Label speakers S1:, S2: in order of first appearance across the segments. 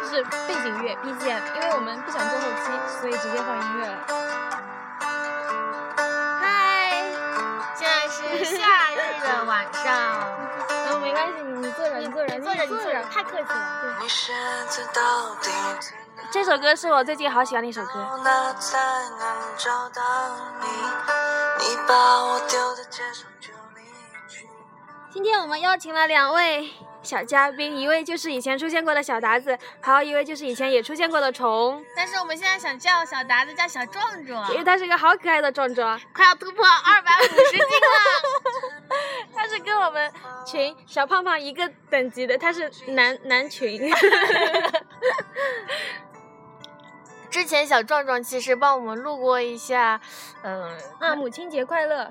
S1: 就是背景乐 BGM，因为我们不想做后期，所以直接放音乐了。
S2: 嗨，现在是夏日的晚上，
S1: 嗯，没关系，你坐着，你坐着，
S2: 坐
S1: 你
S2: 着 你坐
S1: 坐着
S2: 着，。太客气了。对，
S3: 你选择到底
S1: 这首歌是我最近好喜欢的一首歌。
S3: 到哪才能找到你？你把我丢在街上就离去。
S1: 今天我们邀请了两位小嘉宾，一位就是以前出现过的小达子，还有一位就是以前也出现过的虫，
S2: 但是我们现在想叫小达子叫小壮 壮
S1: 因，为他是个好可爱的壮壮，
S2: 快要突破二百五十斤了。
S1: 他是跟我们群小胖胖一个等级的，他是男男群。
S2: 之前小壮壮其实帮我们录过一下，嗯、
S1: 啊，母亲节快乐，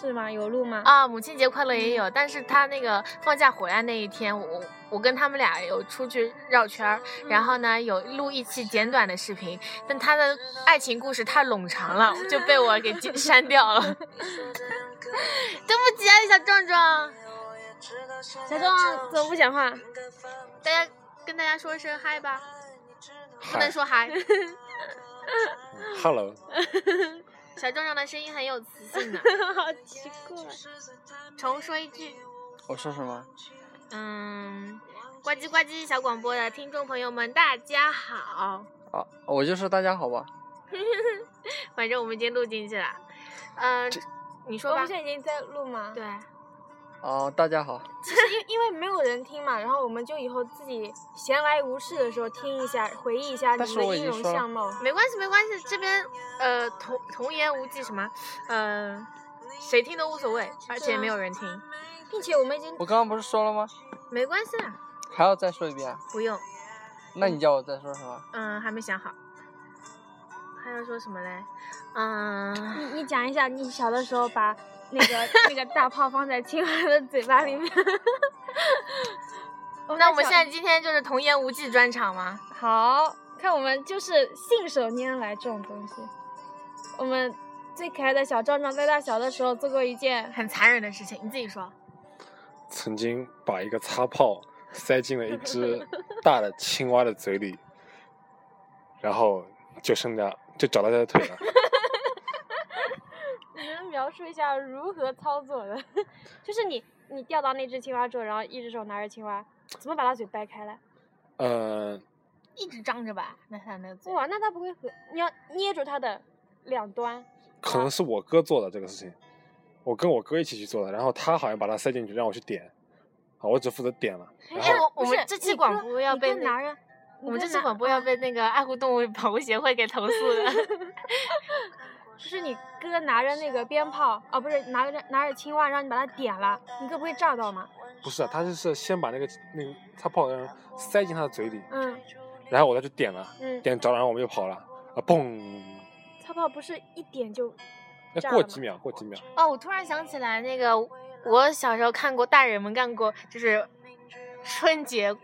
S1: 是吗？有录吗？
S2: 啊，母亲节快乐也有，但是他那个放假回来那一天，我我跟他们俩有出去绕圈儿，然后呢有录一期简短的视频，但他的爱情故事太冗长了，就被我给剪删 掉了。对不起啊，小壮壮，
S1: 小壮怎么不讲话？
S2: 大家跟大家说声嗨吧，不
S4: 嗨
S2: 能说嗨。
S5: 嗯
S4: ，Hello，
S2: 小壮壮的声音很有磁 性的，
S1: 好奇怪。
S2: 重说一句。
S5: 我说什么？
S2: 嗯，呱唧呱唧小广播的听众朋友们，大家好！
S5: 啊，我就说大家好吧。
S2: 反正我们已经录进去了，嗯、你说
S1: 我
S2: 吧
S1: 们。现在已经在录吗？
S2: 对，
S5: 啊，大家好。
S1: 其实因因为没有人听嘛，然后我们就以后自己闲来无事的时候听一下，回忆一下
S5: 但
S1: 你
S5: 是
S1: 们
S5: 我
S1: 的
S5: 已
S1: 音
S5: 经
S1: 容
S5: 说了
S1: 相貌。
S2: 没关系没关系，这边呃童童言无忌什么，呃，谁听都无所谓，而且没有人听，
S1: 并且我们已经
S5: 我刚刚不是说了吗？
S2: 没关系啦，
S5: 还要再说一遍？
S2: 不用，
S5: 那你叫我再说什么？
S2: 嗯、还没想好，还要说什么嘞？嗯、
S1: 你你讲一下，你小的时候把那个那个大炮放在青蛙的嘴巴里面。
S2: 那我们
S1: 小
S2: 现在今天就是童言无忌专场吗？
S1: 好看，我们就是信手拈来这种东西。我们最可爱的小壮壮在他小的时候做过一件
S2: 很残忍的事情，你自己说。
S4: 曾经把一个擦炮塞进了一只大的青蛙的嘴里，然后就剩下就找到它的腿了。
S1: 你能描述一下如何操作的？ 就是你你钓到那只青蛙之后，然后一只手拿着青蛙，怎么把它嘴掰开来？
S4: 嗯，
S2: 一直张着吧，那才能做。
S1: 哇，那它不会合？你要捏住它的两端，
S4: 可能是我哥做的这个事情，我跟我哥一起去做的，然后他好像把它塞进去让我去点，啊，我只负责点了。然
S2: 哎，
S4: 后
S2: 我我
S1: 不是
S2: 们这期
S1: 你
S2: 广
S1: 哥
S2: 播要
S1: 你
S2: 被
S1: 哥
S2: 那
S1: 拿着，
S2: 我们
S1: 你
S2: 嗯这
S1: 哥
S2: 期
S1: 拿
S2: 广播要被那个爱护动物保护协会给投诉 的。
S1: 就是你哥拿着那个鞭炮啊，不是拿着拿着青蛙，然后你把它点了，你哥不会炸到吗？
S4: 不是啊，他就是先把那个那个擦炮然后塞进他的嘴里，
S1: 嗯
S4: 然后我再去点了，
S1: 嗯，
S4: 点着了，然后我们就跑了，啊，砰！
S1: 擦炮不是一点就炸了
S4: 那过
S1: 吗
S4: 几秒，过几秒，
S2: 哦，我突然想起来，那个我小时候看过大人们干过，就是春
S3: 嗯
S2: 节。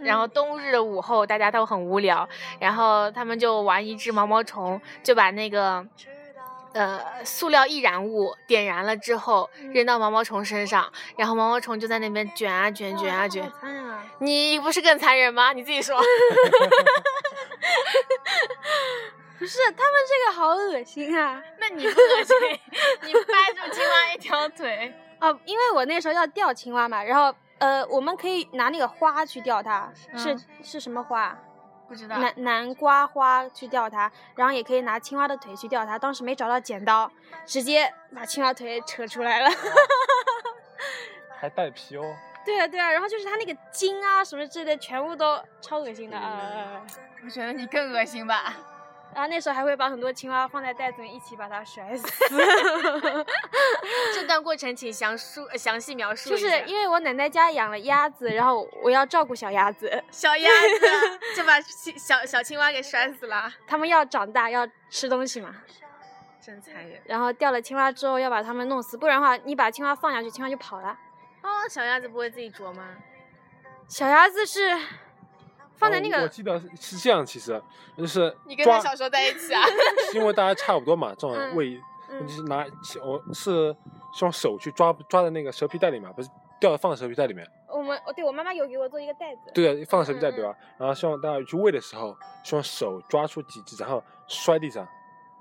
S2: 然后冬日的午后，大家都很无聊，然后他们就玩一只毛毛虫，就把那个呃塑料易燃物点燃了之后扔到毛毛虫身上，然后毛毛虫就在那边卷啊卷卷啊卷
S1: 好，残忍啊！
S2: 你不是更残忍吗？你自己说。
S1: 不是，他们这个好恶心啊！
S2: 那你不恶心，你掰住青蛙一条腿。
S1: 哦，因为我那时候要钓青蛙嘛，然后呃，我们可以拿那个花去钓它，是是什么花？
S2: 不知道
S1: 南南瓜花去钓它，然后也可以拿青蛙的腿去钓它。当时没找到剪刀，直接把青蛙腿扯出来了。
S4: 还带皮哦。
S1: 对啊对啊，然后就是它那个筋啊什么之类的，全部都超恶心的啊！呃
S2: 我觉得你更恶心吧。
S1: 然后那时候还会把很多青蛙放在袋子里一起把它甩死。
S2: 这段过程请详述呃详细描述
S1: 就
S2: 一下
S1: 是因为我奶奶家养了鸭子，然后我要照顾小鸭子，
S2: 小鸭 子啊就把青小小青蛙给摔死了，
S1: 它们要长大要吃东西嘛。
S2: 真残忍。
S1: 然后钓了青蛙之后要把它们弄死，不然的话你把青蛙放下去，青蛙就跑了。
S2: 哦，小鸭子不会自己啄吗？
S1: 小鸭子是放在
S4: 哦
S1: 那
S4: 我
S1: 个，
S4: 记得是是这样，其实就是
S2: 你跟
S4: 抓
S2: 他小时候在一起啊？
S4: 因为大家差不多嘛，这
S1: 嗯
S4: 种位移，
S1: 嗯
S4: 就是拿我是是用手去抓抓的那个蛇皮袋里面，不是掉放在蛇皮袋里面，
S1: 我们哦，对我妈妈有给我做一个袋子，
S4: 对啊，放在蛇皮袋
S2: 嗯嗯
S4: 对吧？然后希望大家去喂的时候，是用手抓出几只，然后摔地上，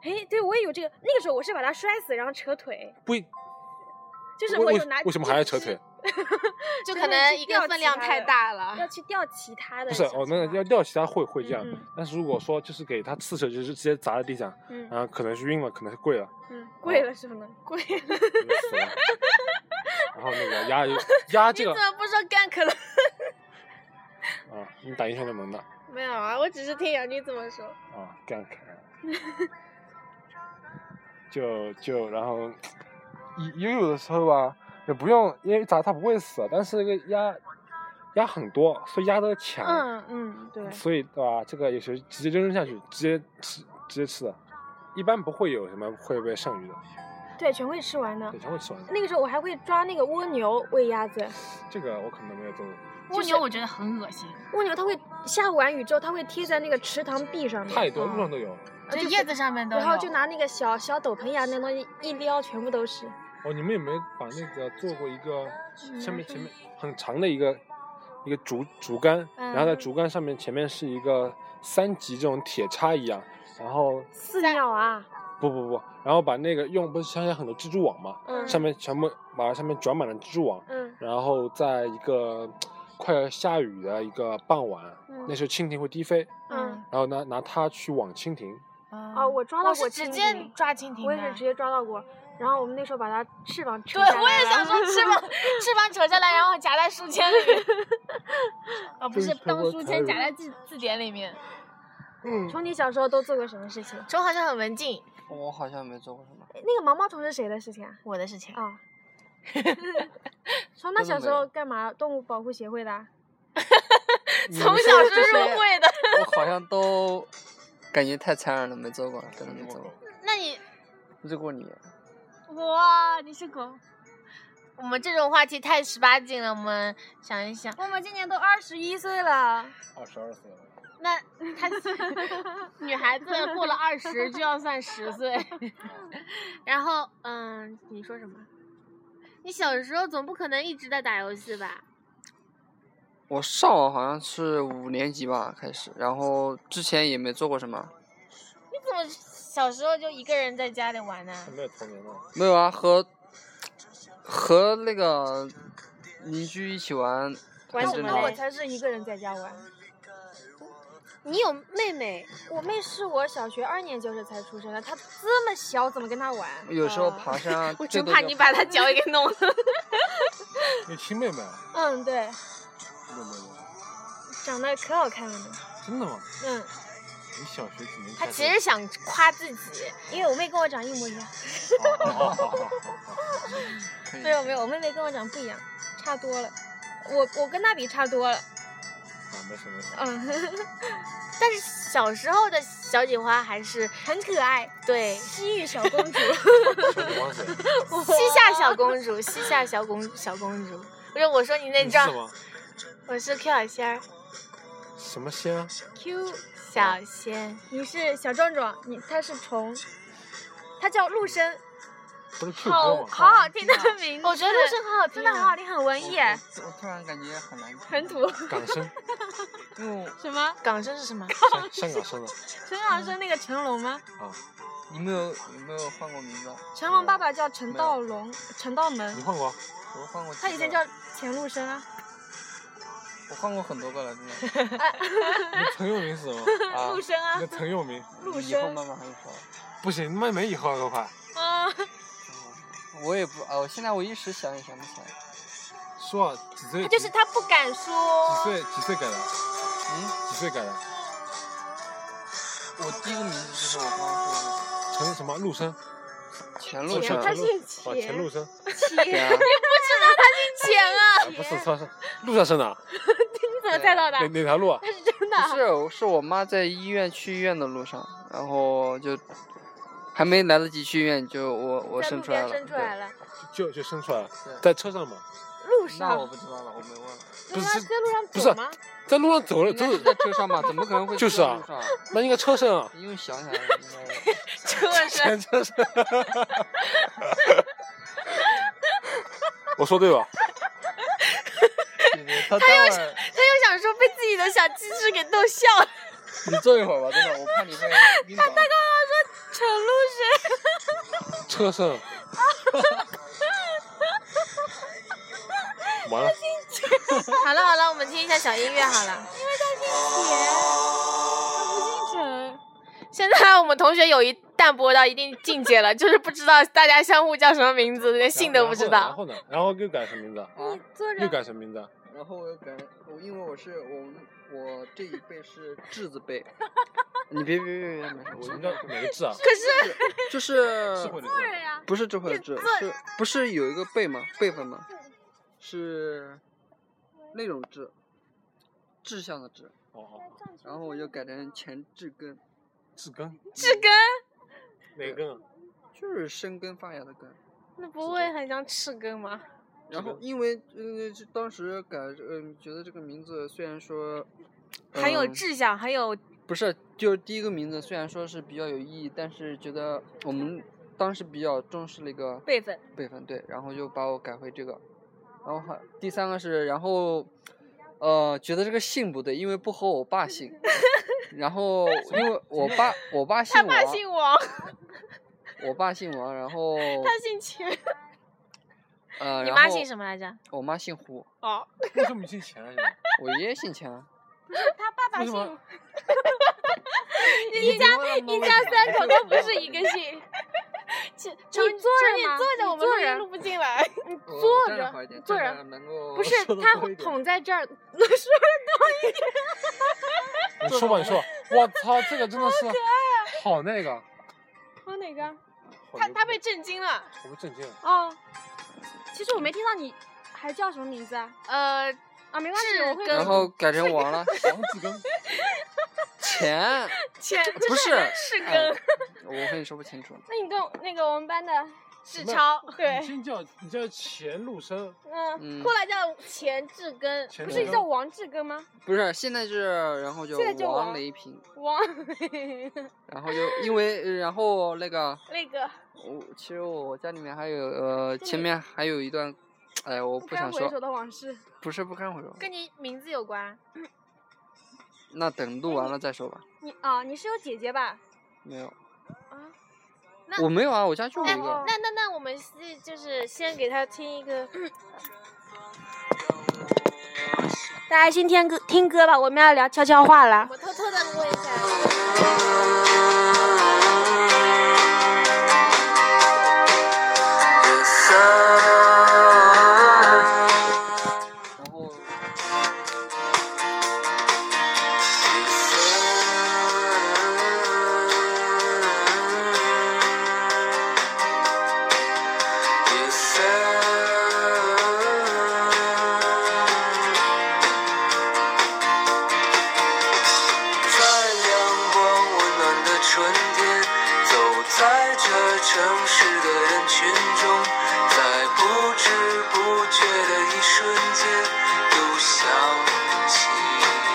S1: 哎，对我也有这个。那个时候我是把它摔死，然后扯腿，
S4: 不一
S1: 就是
S4: 为
S1: 我
S4: 为
S1: 有拿
S4: 为什么还要扯
S1: 一只
S4: 腿？
S2: 就
S1: 真
S2: 可
S1: 的
S2: 能
S1: 去
S2: 一
S1: 吊
S2: 个分
S1: 起
S2: 量
S1: 它
S2: 太
S1: 的
S2: 大了。
S1: 要去吊其他的
S4: 不
S1: 小
S4: 是，
S1: 青蛙。
S4: 哦，那要吊其他会会这样
S1: 嗯嗯，
S4: 但是如果说就是给它刺蛇，就是直接砸在地上，
S1: 嗯
S4: 然后可能是晕了，可能是跪了，
S1: 嗯，
S4: 哦
S1: 贵了是不能 贵了。
S4: 可能死了。 然后那个鸭鸭这
S2: 你
S4: 个
S2: 怎么不说干可乐？
S4: 啊，你打英雄联盟的
S2: 没有啊，我只是听杨军这么说。
S4: 啊，干开。就就然后游泳的时候吧，也不用，因为砸它不会死，啊但是那个鸭鸭很多，所以鸭都抢。
S1: 嗯嗯，对。
S4: 所以对吧？这个有时候直接就扔下去，直接吃，直接吃的，一般不会有什么会被剩余的，
S1: 对，全会吃完的
S4: 对，。全会吃完的。
S1: 那个时候我还会抓那个蜗牛喂鸭子，
S4: 这个我可能没有做过，
S1: 蜗
S2: 蜗
S1: 牛
S2: 牛我觉得很恶心，
S1: 蜗牛它会下完雨之后，它会贴在那个池塘壁上面，
S4: 太多路上都有。
S1: 啊
S2: 这
S1: 就是
S2: 叶子上面都
S1: 然后就
S2: 有
S1: 拿那个小小斗篷呀，那东西一撩，全部都是。
S4: 哦，你们有没有把那个做过一个
S2: 嗯
S4: 上面前面很长的一个一个竹竹竿，然后在
S2: 嗯
S4: 竹竿上面前面是一个三级这种铁叉一样，然后
S1: 饲料啊，
S4: 不不不，然后把那个用不是乡下很多蜘蛛网嘛，
S1: 嗯
S4: 上面全部把上面卷满了蜘蛛网，
S1: 嗯
S4: 然后在一个快要下雨的一个傍晚，
S1: 嗯
S4: 那时候蜻蜓会低飞，
S1: 嗯
S2: 嗯。
S4: 然后拿拿它去网 蜻蜓，
S2: 啊
S1: 哦，我抓到
S2: 是
S1: 过
S2: 直
S1: 蜻
S2: 接
S1: 蜓
S2: 抓蜻蜓
S1: 我
S2: 的
S1: 也是直接抓到过。然后我们那时候把它翅膀扯
S2: 对，
S1: 下来 啊
S2: 我也想说
S1: 了
S2: 翅膀翅膀扯下来，然后夹在书签里面。 啊，不
S4: 这
S2: 是
S4: 是
S2: 当
S4: 我
S2: 书
S4: 才
S2: 签
S4: 有
S2: 夹在字字典里面。
S4: 嗯，
S1: 虫，你小时候都做过什么事情？哎
S2: 虫好像很文静，
S5: 我好像没做过什么。
S1: 那个毛毛虫是谁的事情啊？
S2: 我的事 情。
S1: 啊，虫，那小时候干嘛？动物保护协会的啊？
S2: 从小是入会的。
S5: 我好像都 感觉太残忍了，没做过，真的没做过。
S2: 那你
S5: 没做过你，
S2: 哇，你是狗。我们这种话题太十八禁了，我们想一想，
S1: 我们今年都二十一岁了，
S4: 二十二岁了，
S2: 那她 女孩子过了二十就要算十岁， 然后嗯，你说什么？你小时候总不可能一直在打游戏吧？
S5: 我上网好像是五年级吧开始，然后之前也没做过什么。
S2: 你怎么小时候就一个人在家里玩呢、
S1: 啊
S4: 还没有童年呢。
S5: 没有啊，和和那个邻居一起玩，
S1: 玩什
S5: 很正
S1: 么？
S5: 常
S1: 那我才是一个人在家玩。
S2: 你有妹妹，
S1: 我妹是我小学二年级时候才出生的，她这么小怎么跟她玩？
S5: 有时候
S1: 啊
S5: 爬山啊，
S2: 我
S5: 最
S2: 真
S5: 多
S2: 怕
S5: 就
S2: 你把她脚给弄了。
S4: 你亲妹妹？啊
S1: 嗯，对，
S4: 没有没有，
S1: 长得可好看了呢。
S4: 真的吗？
S1: 嗯，
S4: 你小学几年级
S2: 她
S4: 开始？
S2: 其实想夸自己，
S1: 因为我妹跟我长一模一样。
S4: 哦。哦哦哦哦
S5: 可以
S1: 没有没有，我妹妹跟我长不一样，差多了。我我跟她比差多了。
S4: 啊，没 事没事。
S1: 嗯，
S2: 但是小时候的小锦花还是
S1: 很可爱，
S2: 对
S1: 西域小公 主。
S4: 小女王谁？
S2: 西夏小公主，西夏小公小公主。不是我说
S1: 哎
S2: 你那
S4: 你是
S2: 张
S4: 什，么？
S2: 我是 Q 小仙儿，
S4: 什么仙啊？
S1: Q，
S2: 小仙
S1: 你是小壮壮，你她是虫，她叫陆生，
S4: 不是 Q
S1: 好
S4: 哥吗？
S1: 好好听的名字。
S2: 我觉得陆生很好
S1: 真
S2: 听啊
S1: 的很好听，很文艺，
S5: 我我突然感觉很难
S1: 很土。
S4: 港生，
S5: 因为
S1: 什么？
S2: 港生是什么？
S4: 香香港生的
S1: 陈老师那个成龙吗？
S4: 啊？
S5: 你没有你没有换过名字啊，
S1: 成龙爸爸叫陈道龙，陈道
S4: 你
S1: 门，
S4: 换过？啊
S5: 我换过几个。
S1: 他以前叫钱陆生啊。
S5: 我换过很多个了，真的。
S4: 你曾佑明是什么？
S5: 啊
S1: 陆，生啊
S4: 你，的曾佑明
S1: 陆
S5: 以后
S1: 生
S5: 慢慢还有说。
S4: 不行，妹妹以后都快。
S1: 啊，
S5: 我也不啊，我现在我一时想也想不起来。
S4: 说啊，几岁？
S1: 他就是他不敢
S4: 几
S1: 说。
S4: 岁？几岁改的？
S5: 嗯，
S4: 几岁改的？
S5: 我第一个名字就是我刚刚说
S4: 陈什么？陆生？
S5: 的钱
S4: 陆
S5: 路
S4: 生
S5: 生，
S1: 他
S4: 陈
S1: 姓
S4: 陆
S1: 钱
S4: 啊，钱陆生。
S5: 对啊，
S2: 浅啊，
S4: 啊，不是，他是路上生的啊，
S1: 你怎么猜到的
S4: 哪？哪条路啊？
S1: 他是真的啊。
S5: 不是，我是我妈在医院去医院的路上，然后就还没来得及去医院，就我我
S1: 在
S5: 生
S1: 路
S5: 出来
S1: 边
S5: 了。
S1: 生出
S5: 对
S1: 来了，
S4: 就就生出来了，
S5: 对
S4: 在车上嘛，
S1: 路
S5: 那我
S1: 上，
S5: 不知道了，我没问 了。
S1: 那
S4: 不
S1: 他
S4: 是
S1: 在路上
S4: 不是啊
S1: 走吗？
S4: 在路上走了
S5: 应
S4: 走
S5: 该，是在车上吧？怎么可能会
S4: 就是
S5: 在
S4: 啊
S5: 路上？
S4: 那应该车上啊，
S5: 因为想起来了，应该
S2: 车身
S4: 前车上。我说对吧？
S5: 他待会
S2: 他又
S5: 儿
S2: 想说被自己的小鸡翅给逗笑了。
S5: 你坐一会儿吧，真的，我怕你会晕倒。
S2: 陈露水，
S4: 车上。 完了，
S2: 好了好了，我们听一下小音乐好了。
S1: 不姓陈，
S2: 现在我们同学有一淡薄到一定境界了， 就是不知道大家相互叫什么名字，连姓都不知
S4: 然
S2: 道。
S4: 后呢？然后呢然后又改什么名字啊？
S5: 啊
S1: 你坐
S4: 又
S1: 着。
S4: 改什么名字啊？
S5: 然后我又感，我因为我是我们我这一辈是稚字辈，你别别别别，没事，我
S4: 什
S5: 晕
S4: 么叫
S5: 倒。
S4: 哪个字啊？嗯
S2: 可是
S5: 就是
S4: 智慧的
S1: 坐着呀，
S5: 不是智慧的智，是不是有一个辈吗？辈分吗？是那种志，志向的志。
S4: 哦哦，
S5: 然后我就改成前志根，
S4: 字根
S2: 志根，
S4: 哪个根啊？
S5: 就是生根发芽的根。
S2: 那不会很像赤根吗？
S5: 然后因为嗯、就当时改嗯、觉得这个名字虽然说
S2: 很有
S5: 嗯
S2: 志向，很有
S5: 不是，就是第一个名字虽然说是比较有意义，但是觉得我们当时比较重视那个
S2: 辈分。
S5: 辈分，对，然后就把我改回这个。然后还第三个是，然后呃，觉得这个姓不对，因为不合我 爸姓。然后因为我爸，我爸姓
S2: 他
S5: 王
S2: 爸，姓王，
S5: 我爸姓王，然后
S2: 他姓钱。
S5: 呃，
S2: 你
S5: 然
S2: 妈
S5: 后
S2: 姓什么来着？
S5: 我妈姓胡，
S2: 哦，
S4: 为什么你姓钱啊？
S5: 我爷爷姓钱啊。
S2: 他爸
S4: 为什么？
S2: 一家 一家三口都不是一个姓。请
S1: 坐
S2: 你
S1: 着
S2: 你
S1: 嘛
S2: 坐
S1: 啊你
S2: 着，我们
S1: 坐
S2: 录音
S1: 着
S2: 录 不进来。
S5: 我
S1: 坐
S5: 站
S1: 着
S5: 好一点
S1: 坐
S5: 站
S1: 着
S5: 能够
S1: 不是
S4: 说得
S1: 他
S4: 多一点
S1: 捧在这儿，
S4: 你说吧，你说吧。我操，这个真的是好那个。
S1: 捧哪个？
S2: 啊他他被震惊了。
S4: 我被震惊了。
S1: 哦，其实我没听到你还叫什么名字啊？
S2: 呃，
S1: 啊，没关系，
S2: 是
S1: 我会
S2: 跟
S5: 然后改成王了，
S4: 王字 根，
S5: 钱
S2: 钱
S5: 不是
S2: 是
S5: 哎
S2: 跟
S5: 我和你说不清楚。
S1: 那你跟我那个我们班的，
S2: 是超
S4: 你
S1: 对，
S4: 先叫你叫钱陆生，
S1: 嗯，
S5: 嗯
S1: 后来叫钱志根，
S4: 钱
S1: 不
S4: 志
S1: 是
S4: 根
S1: 叫王志根吗？
S5: 不是，现在是然后就
S1: 现在就
S5: 王
S1: 王
S5: 雷平，
S1: 王
S5: 然后就因为呃然后那个
S1: 那个
S5: 我其实我家里面还有呃
S1: 这
S5: 前
S1: 里
S5: 面还有一段，哎我
S1: 不
S5: 不
S1: 堪
S5: 想
S1: 回首
S5: 说，
S1: 的往事。
S5: 不是不堪回首，
S2: 跟你名字有关。
S5: 那等录完了再说吧。
S1: 你啊，你是有姐姐吧？
S5: 没有，
S1: 啊，
S2: 那
S5: 我没有啊，我家就我
S2: 那
S5: 一
S1: 哦
S5: 个。
S2: 哎那那那，我们是就是先给他听一个，
S1: 大家先听歌听歌吧，我们要聊悄悄话
S2: 我
S1: 了。
S2: 们偷偷的录一下。
S5: 然后
S3: 在阳光温暖的春天，走在这城市的人群中，在不知不觉的一瞬间，又想起你。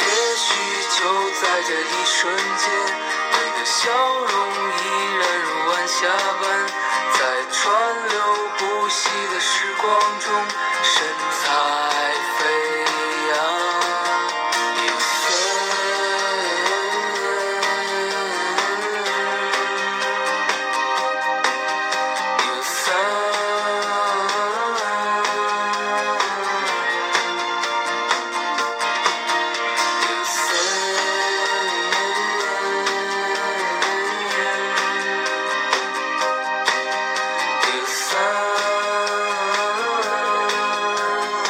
S3: 也许就在这一瞬间，你的笑容依然如晚霞般，在川流不息的时光中，神采飞扬。You say, you say. You say, you say.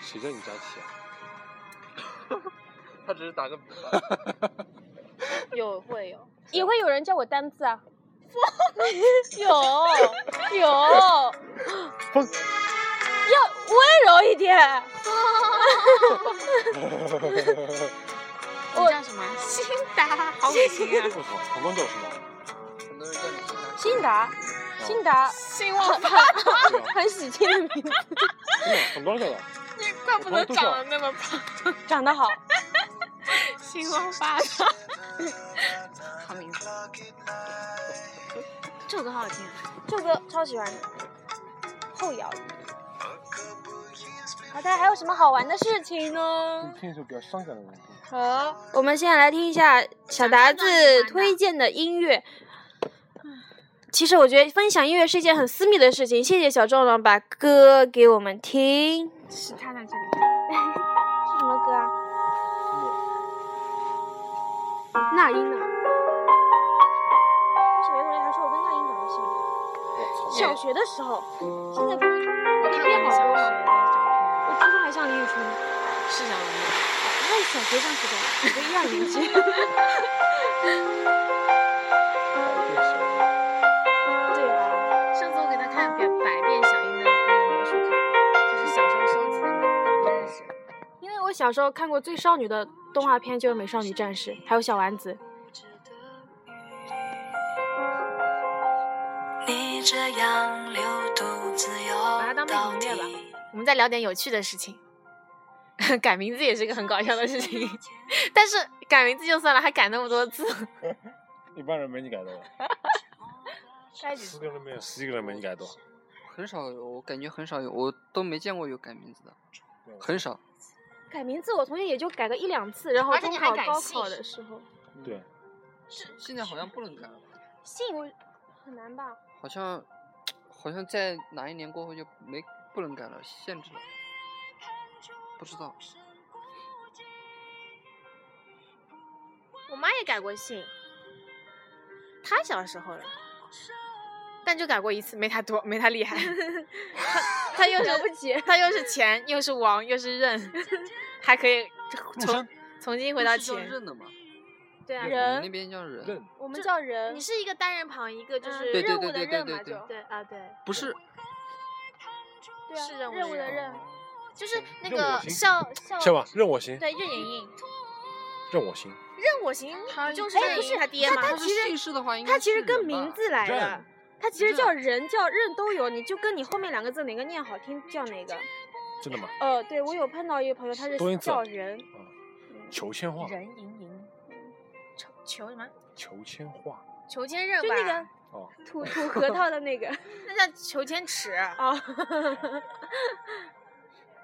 S4: 谁叫你扎起啊？
S5: 他只是打个比方。
S2: 有会有，
S6: 也会有人叫我单字 啊，
S2: 有
S6: 有，要
S4: 风
S6: 温柔一点。
S2: 你叫什么？辛达，好恶心啊！
S4: 我操，旁观者是吗？
S5: 很多人叫你辛达，
S6: 辛达，辛达，
S2: 兴旺发，
S4: 对啊
S6: 很喜庆的名字，
S4: 真的很多人叫的。
S2: 你怪不得长得那么胖。
S6: 长得好。
S2: 兴旺发达，好名字。这首歌好好听啊，
S6: 这首歌超喜欢的，后摇。好的，还有什么好玩的事情呢？
S4: 听一首比较伤感的东西。
S6: 好，我们现在来听一下小达子推荐的音乐。其实我觉得分享音乐是一件很私密的事情，谢谢小壮壮把歌给我们听。
S2: 是他在这里。
S6: 是什么歌啊？那英啊。我小学同学还说我跟那英长得像。
S4: 我
S6: 小
S4: 操！
S6: 学的时候，现在看
S2: 我看过你
S6: 好
S2: 小
S6: 多
S2: 学
S6: 了
S2: 的照
S6: 我初中还上李宇春，
S2: 片，是小学。
S6: 那是小学上初中，你跟一样年纪。
S4: 变小。
S6: 对啊，
S2: 上次我给他看《百百变小樱》的那个魔术卡，就是小时候收集的那个，认识。
S6: 因为我小时候看过最少女的动画片就是《美少女战士》，还有小丸子。
S3: 你这样流独自
S2: 把它
S3: 游
S2: 当背
S3: 到
S2: 景音
S3: 底
S2: 乐。吧。我们再聊点有趣的事情。 改名字也是一个很搞笑的事 情，但是改名字就算了，还改那么多次，
S4: 一般人没你改的，
S2: 该几
S4: 十
S2: 次
S4: 个人没有，十几个人没你改的。
S5: 很少有，我感觉很少有，我都没见过有改名字的，
S4: 对
S5: 很少。
S6: 改名字我同学也就改个一两次，然后
S2: 而且
S6: 中
S2: 你还
S6: 考、
S2: 改
S6: 高
S2: 姓
S6: 考的时候，
S4: 对，
S5: 现在好像不能改了，
S6: 姓我很难吧？
S5: 好像好像在哪一年过后就没不能改了，限制了，不知道。
S2: 我妈也改过姓，她小时候了，但就改过一次，没她多，没她 厉害。她她又
S6: 了不
S2: 是
S6: 起，
S2: 她又是钱，又是王，又是任， 还可以重重新回到
S5: 不是叫
S2: 钱。
S5: 任的嘛，
S2: 对啊，
S5: 我们那
S6: 人，
S5: 边叫
S4: 认
S5: 人，
S6: 我们叫人
S2: 你。是一个单人旁，一个就
S6: 嗯
S2: 是
S5: 对对
S2: 任
S5: 对
S2: 务的
S5: 对
S2: 任
S5: 对
S2: 嘛，
S5: 对
S2: 就
S5: 对
S2: 对啊对，
S5: 不是哦
S6: 对啊
S2: 是任务
S6: 任务
S2: 的
S6: 的任，
S2: 就是那
S4: 任我
S2: 个
S4: 行
S2: 校校
S4: 是吧？任我行，
S2: 对任盈盈，
S4: 任我行。
S2: 任我行
S5: 他
S2: 嗯就是
S5: 哎
S2: 任
S5: 不
S2: 盈
S5: 是
S2: 他爹
S5: 他
S2: 嘛，
S5: 他其实姓氏的话应该
S6: 它其实
S5: 是人
S6: 跟名
S5: 吧
S6: 字来的
S4: 任，
S6: 它其实
S5: 任
S6: 叫人叫任都有，你就跟你后面两个字哪个念好听叫哪个。
S4: 真的吗？
S6: 呃，对我有碰到一个朋友，他是
S4: 多音字
S6: 叫人，
S4: 啊，裘千画，
S2: 任盈盈，求求什么？
S4: 裘千画。
S2: 求千仞
S6: 就那个
S2: 吧，
S4: 哦，
S6: 土土核桃的那个
S2: 那叫求千尺。
S6: 啊。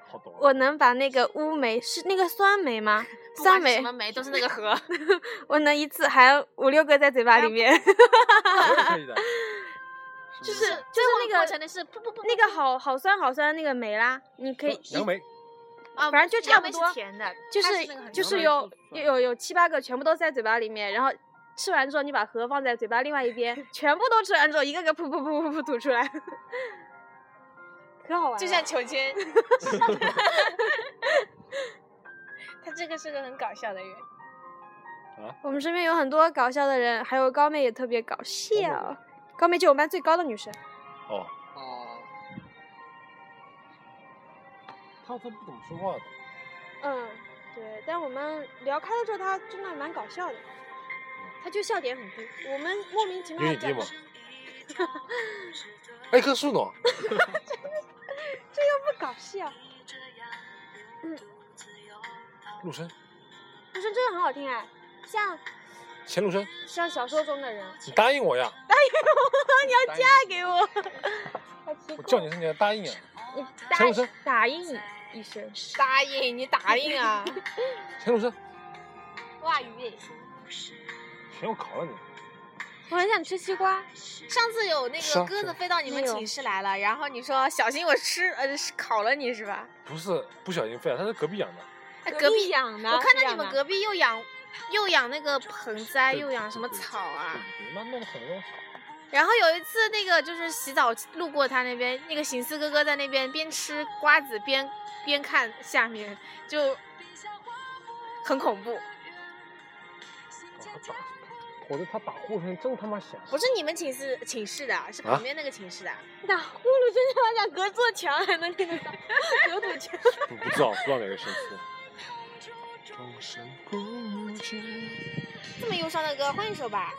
S4: 好懂了。
S6: 我能把那个乌梅是那个酸梅吗？
S2: 不管
S6: 酸
S2: 是
S6: 梅
S2: 什 么，梅都是那个河，
S6: 我能一次含五六个在嘴巴 里面。
S4: 我也可以的。
S2: 就是最
S6: 是
S2: 后
S6: 那
S2: 过
S6: 个
S2: 程的是不不不
S6: 那个好好酸好酸那个梅啦，你可以
S4: 杨梅，
S2: 啊，
S6: 反正就差
S2: 杨
S6: 不
S2: 梅是
S6: 多
S2: 甜的，
S6: 就
S2: 它那
S6: 是
S2: 个很
S6: 就
S2: 浓
S6: 是
S2: 的
S6: 有
S5: 酸
S6: 有有七八个全部都塞嘴巴里面，然后吃完之后你把核放在嘴巴另外 一边，全部都吃完之后一个个噗噗噗噗噗吐出来，可好玩了。
S2: 就像求千。他这个是个很搞笑的人，
S6: 我们身边有很多搞笑的人，还有高妹也特别搞笑。高妹就我们班最高的女生，
S4: 哦，
S5: 哦，
S4: 他好像不怎么说话的。
S6: 嗯，对，但我们聊开了之后，她真的蛮搞笑的，她就笑点很低，我们莫名其妙
S4: 有你
S6: 地
S4: 弟吗
S6: 长？
S4: 哎，棵树呢？
S6: 不搞笑，
S4: 陆生，
S6: 女生真的很好听哎，像
S4: 钱陆生，
S6: 像小说中的人，
S4: 你答应我呀！
S6: 你要嫁给我，好奇
S4: 我
S6: 怪
S4: 叫你是你要答应呀！
S6: 你
S4: 陈老师
S6: 打 打印一声，
S2: 答应你答应 啊！
S4: 钱陆生，
S2: 哇鱼，
S4: 全我考了你。
S6: 我很想吃西瓜，
S2: 上次有那
S4: 是
S2: 个
S4: 啊
S2: 鸽
S4: 是
S2: 子
S4: 啊
S2: 飞到你们
S6: 没有
S2: 寝室来了，然后你说小心我吃呃是烤了你是吧？
S4: 不是不小心废了，他是隔壁养的。
S2: 哎隔壁
S6: 养的，
S2: 我看到
S6: 养
S2: 你们
S6: 的
S2: 隔壁又养又养那个盆栽，
S4: 对
S6: 哎
S2: 又养什么
S4: 对对
S2: 草啊？
S4: 对对对妈弄的很多草。
S2: 然后有一次，那个就是洗澡路过他那边，那个醒思哥哥在那边边吃瓜子边边看下面，就很恐怖。
S7: 我的他打呼声真他妈响，
S2: 不是你们寝室寝室的，啊是旁边那个寝室的。啊
S6: 打呼噜真的要像隔座墙还能听 得到，有堵墙。
S4: 不不知道不知道哪个神父。
S2: 这么忧伤的歌，换一首吧。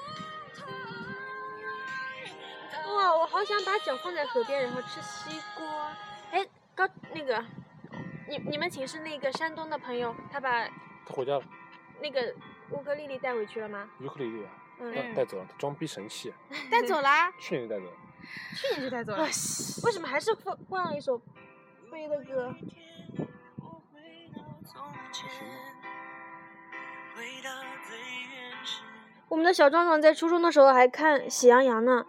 S6: 哇，我好想把脚放在河边，然后吃西瓜。哎，高那个，你你们寝室那个山东的朋友，他把
S4: 他回家了，
S6: 那个乌克丽丽带回去了吗？
S4: 尤克里里啊，
S6: 嗯，
S4: 带带走了，他装逼神器，
S2: 带走啦。
S4: 去年就带走了。
S2: 去年就带走了
S6: 哎。为什么还是放放了一首飞的歌？我们的小壮壮在初中的时候还看《喜羊羊》呢。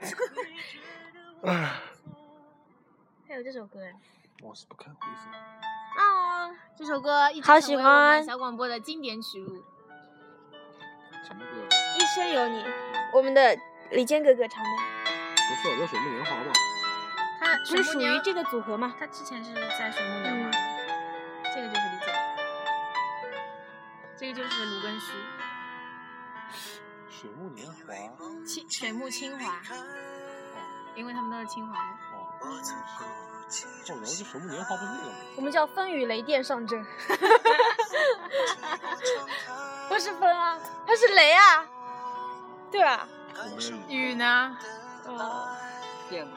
S2: 还有这首歌哎。
S7: 我是不看灰色。
S2: 哦，这首歌一直
S6: 好
S2: 成
S6: 喜
S2: 为我们
S6: 欢
S2: 小广播的经典曲目。
S7: 什么歌？
S6: 一生有你，我们的李健哥哥唱的，
S7: 不是，我水木年华吧？
S2: 他
S6: 不是属于这个组合吗？嗯
S2: 他之前是在水木年华，这个就是李健，这个就是卢根须，
S7: 水木年华。
S2: 清水木清华，因为他们都是清华的。
S7: 哦，是哦，然后就水木年华不是那个吗？
S6: 我们叫风雨雷电上阵，
S2: 不是风啊，
S6: 他是雷啊，对啊吧？
S4: 嗯
S2: 雨呢？
S6: 哦，
S5: 电子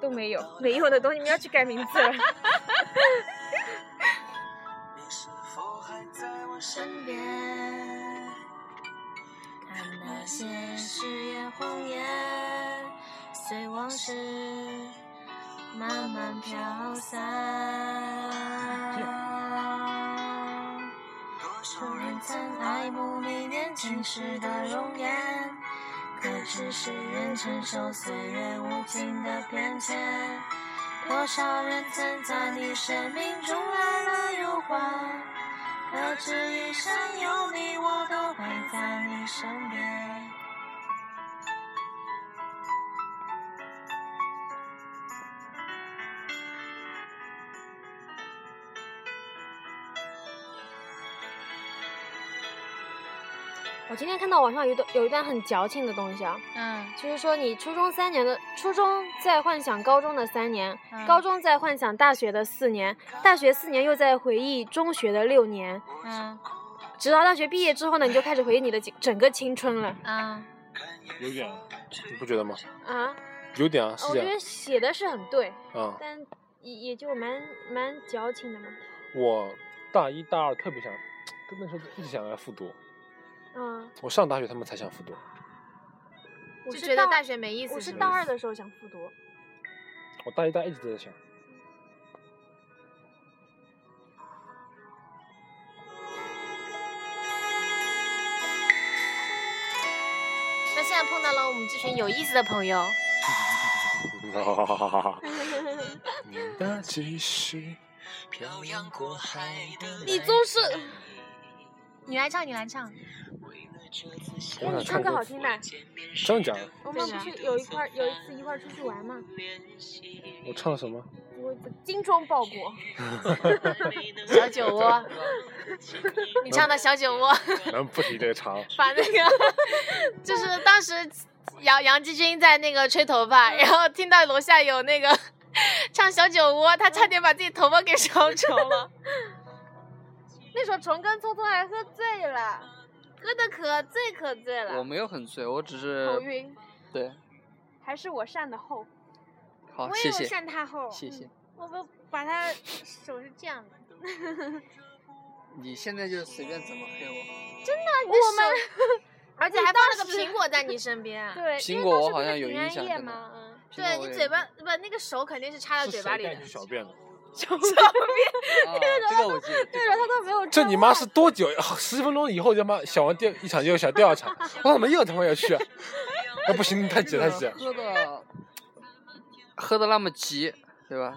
S6: 都没有，没有的东西你们要去改名字了。
S3: 身边，看那些誓言谎言，随往事慢慢飘散。哎多人曾爱慕你年轻时的容颜，可知世人承受岁月无情的变迁。多少人曾在你生命中来了又还，可知一生有你，我都陪在你身边。
S6: 我今天看到网上有一段有一段很矫情的东西啊，
S2: 嗯，
S6: 就是说你初中三年的初中在幻想高中的三年，
S2: 嗯
S6: 高中在幻想大学的四年，大学四年又在回忆中学的六年，
S2: 嗯
S6: 直到大学毕业之后呢，你就开始回忆你的整整个青春了
S2: 嗯，
S4: 有点啊，你不觉得吗？
S6: 啊！
S4: 有点啊，是
S6: 哦我
S4: 这
S6: 觉得
S4: 样
S6: 写的是很对，
S4: 啊、
S6: 但也也就蛮蛮矫情的嘛。
S4: 我大一大二特别想，跟那时候一直想来复读。
S6: 嗯，
S4: 我上大学他们才想复读，
S6: 我
S2: 就是觉得
S6: 大
S2: 大学没意思。
S6: 我是
S2: 吗
S6: 大二的时候想复读，
S4: 我大一大一直都在想。
S2: 那现在碰到了我们这群有意思的朋友，
S4: 哈哈哈哈哈！你的继续漂洋过海的
S6: 你总是
S2: 你来唱，你来唱。
S4: 我
S6: 你
S4: 想
S6: 唱
S4: 唱
S6: 歌
S4: 歌
S6: 好听的。
S4: 真的假的？
S6: 我们不是有一块有一次一块出去玩嘛，
S4: 我唱的什么？
S6: 我精装报国。
S2: 小酒窝，你唱的小酒窝，
S4: 咱们不提这个茬了。
S2: 把那个就是当时杨杨继军在那个吹头发，然后听到楼下有那个 唱小酒窝，他差点把自己头发给烧着了，
S6: 那时候虫跟聪聪还喝醉了，喝的可醉可醉
S5: 我
S6: 了，
S5: 没有很醉，我只是
S6: 头晕，
S5: 对，
S6: 还是我善的后，
S5: 好，
S2: 我也
S5: 谢
S2: 有
S5: 谢，
S2: 扇他后，嗯
S5: 谢谢。
S2: 我不把他 手是这样的，
S5: 你现在就随便怎么黑我，
S6: 我们
S2: 而且还放了个苹果在你身边 啊。
S6: 对，
S5: 苹
S6: 因为
S5: 果
S6: 当
S5: 我
S6: 时
S5: 好
S6: 不是
S5: 像有
S6: 平
S5: 印
S6: 安
S5: 象
S6: 夜
S5: 真的
S6: 嘛，嗯，
S5: 苹
S2: 对你
S5: 果我
S2: 嘴
S5: 也
S2: 巴 不，那个手肯定是插到
S4: 是
S2: 嘴
S4: 谁
S2: 巴里
S4: 带
S2: 的
S4: 你。去小便的？
S5: 啊，这个我记 得，这
S6: 那
S5: 个
S6: 时候他都没有
S4: 这
S6: 正
S4: 你妈
S6: 话
S4: 是多久？十分钟以后他妈想完第一场又想第二场， 我怎么又他妈要去？ 哎，不行，你太急了太急了。
S5: 喝的喝的那么急，对吧？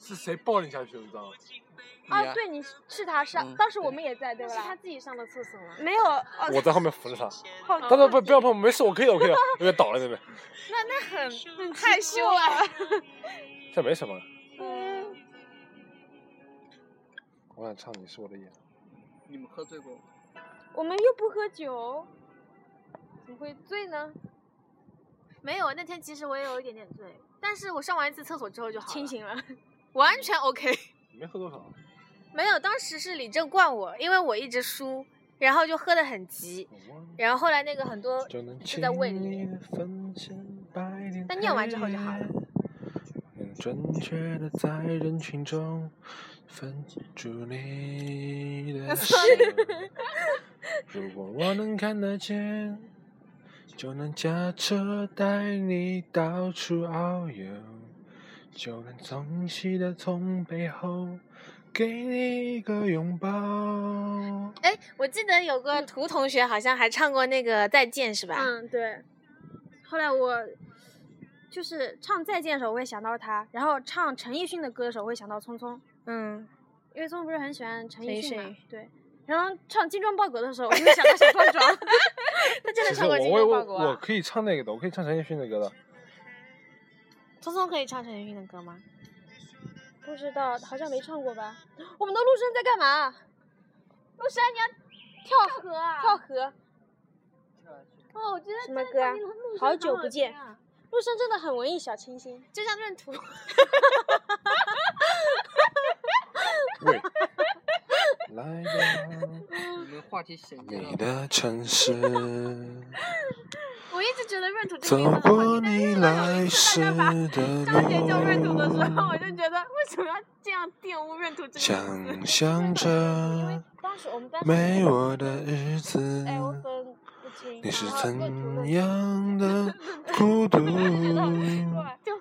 S4: 是谁抱你下去的？你知道吗？
S5: 你呀
S1: 啊，对，你是是他上，
S5: 嗯
S1: 当时我们也在，对
S2: 是
S1: 吧
S2: 他？自己上的厕所吗？
S1: 没有，哦，
S4: 我在后面扶着他。
S1: 好
S4: 他说不不要碰，没事，我可以的，我 可以的，有点倒了那边，
S2: 那那很很害羞啊。
S4: 这没什么。
S1: 嗯
S4: 我想唱《你是我的眼
S5: 你们喝醉过
S1: 嗯
S5: 吗？
S1: 我们又不喝酒，怎么会醉呢？
S2: 没有，那天其实我也有一点点醉，但是我上完一次厕所之后就好了，
S1: 清，醒了，
S2: 完全 OK。》，
S4: 没喝多少，
S2: 没有，当时是李正灌我，因为我一直输，然后就喝得很急，
S4: 我忘了
S2: 然后后来那个很多
S4: 就能
S2: 就在胃里面。但尿完之后就好了。
S4: 能准确的在人群中分出你的身。如果我能看得见，就能驾车带你到处遨游，就能清晰的从背后给你一个拥抱。
S2: 哎，我记得有个涂同学好像还唱过那个《再见》，是吧？
S1: 嗯，对。后来我就是唱《再见》的时候，我会想到他；然后唱陈奕迅的歌的时候，我会想到聪聪，
S2: 嗯，
S1: 因为聪聪不是很喜欢陈
S2: 陈
S1: 奕
S2: 奕
S1: 迅嘛
S2: 迅。
S1: 对。然后唱《精装暴狗》的时候，我就会想到小壮 壮。
S2: 他真的
S4: 其实
S2: 唱过《
S4: 我
S2: 精
S4: 我
S2: 忠报
S4: 我
S2: 国》
S4: 我
S2: 啊。
S4: 可以唱那个的，我可以唱陈奕迅的歌的。
S2: 聪聪可以唱陈奕迅的歌吗？
S1: 不知道，好像没唱过吧？我们的陆生在干嘛？陆生，你要跳河啊？跳河？
S2: 哦，我觉得
S1: 什么歌啊
S2: 这个陆生
S1: 好
S2: 很
S1: 久不
S2: 听
S1: 见
S2: 啊
S1: 陆生真的很文艺小清新。
S2: 就像闰土，
S4: 喂，来吧。
S5: 你们话题衔接
S4: 你
S5: 到
S4: 的城市，
S2: 我一直觉得闰土这个
S4: 走
S2: 名字很好
S4: 过
S2: 听，但
S4: 你
S2: 是
S4: 来时
S2: 大家把
S4: 的
S2: 张杰叫闰土的时候，我
S4: 路，
S2: 就觉得为什么要这样玷污闰土这个名字？
S4: 想象
S1: 因为
S4: 着
S1: 当时我们当时
S4: 没我的日子，
S1: 哎，我分不清。
S4: 你是
S1: 然后闰土
S4: 怎
S1: 论
S4: 样的孤 独？
S2: 就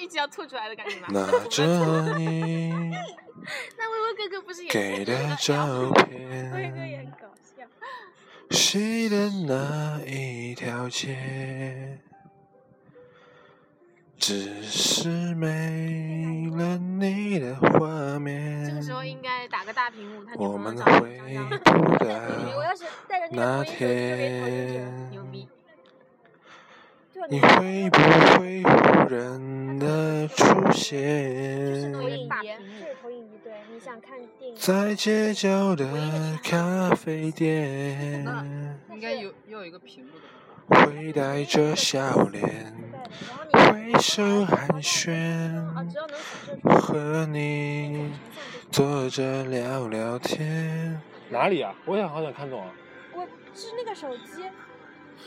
S2: 一直要吐出来的感觉吧。
S4: 拿着你
S2: 那微微哥哥不是也
S4: 给的照
S1: 辉哥也很
S4: 片，
S1: 搞笑。
S4: 谁的那一条街？只是没了你的画面。
S2: 这个时候应该打个大屏幕，他女朋
S4: 我
S2: 友
S4: 们
S2: 长得
S4: 回
S2: 像张张
S4: 不
S1: 我
S4: 到
S1: 要是带着那个
S4: 那
S1: 回音就被投进去了。
S4: 天，
S2: 牛逼。
S1: 就
S4: 你
S1: 看
S4: 会不会忽然的出
S1: 就是投
S4: 现
S1: 影仪，就是投影仪。对，你想看电影，
S4: 在街角的咖啡店？
S5: 应该有要有一个屏幕的吧。
S4: 会带着笑脸，
S1: 对的。然后你
S4: 挥手寒
S1: 啊，
S4: 暄
S1: 只，要能反射出来
S4: 和你坐着聊聊天。哪里啊？我也好想看这种啊！
S1: 我是那个手机，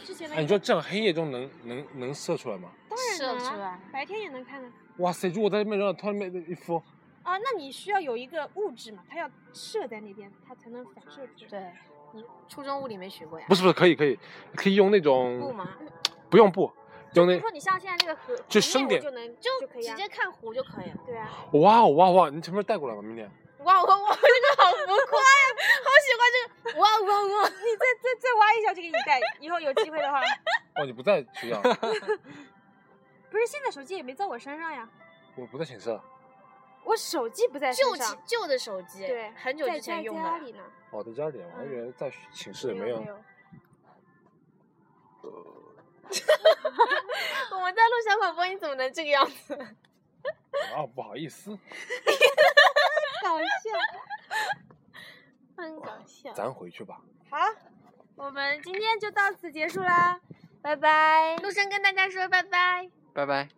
S1: 之前的。
S4: 哎，你说这样黑夜中能能能射出来吗？
S1: 当
S2: 射
S1: 然
S2: 不出
S1: 能啊，
S2: 来。
S1: 白天也能看的。
S4: 哇塞！如果在这边，然后突然被一敷，
S1: 啊，那你需要有一个物质嘛，它要射在那边，它才能反射出来。
S2: 对，你初中物理没学过呀
S4: 不？是不是，可以可以，可以用那
S2: 不
S4: 种
S2: 吗？
S4: 不用布，用
S1: 比
S4: 那
S1: 如说你像现在这个河，河
S4: 就深
S1: 面
S4: 点
S1: 我就能
S2: 就
S1: 就可以
S2: 直
S1: 啊
S2: 接看湖就可以了。
S1: 对啊，
S4: 哇哦哇哦哇！你什么时候带过来吧？明天
S2: 哇，我我这个好浮夸呀，好喜欢这个哇哇 哇！
S1: 你再再再挖一下这个一带，以后有机会的话，
S4: 哦，你不在学校，
S1: 不是现在手机也没在我身上呀，
S4: 我不在寝室啊。
S1: 我手机不在
S2: 旧
S1: 身
S2: 机
S1: 上，
S2: 旧的手机，
S1: 对，
S2: 很久
S1: 在
S2: 之前用
S1: 在家
S2: 的。
S1: 里呢，
S4: 哦，在家里啊，我还以为在寝室没有
S1: 没。有，
S2: 我们在录小广播，你怎么能这个样子？
S4: 啊，不好意思，
S1: 搞笑。
S2: 很搞笑。
S4: 咱回去吧。
S1: 好，我们今天就到此结束啦，拜拜。
S2: 陆生跟大家说拜拜。
S5: 拜拜。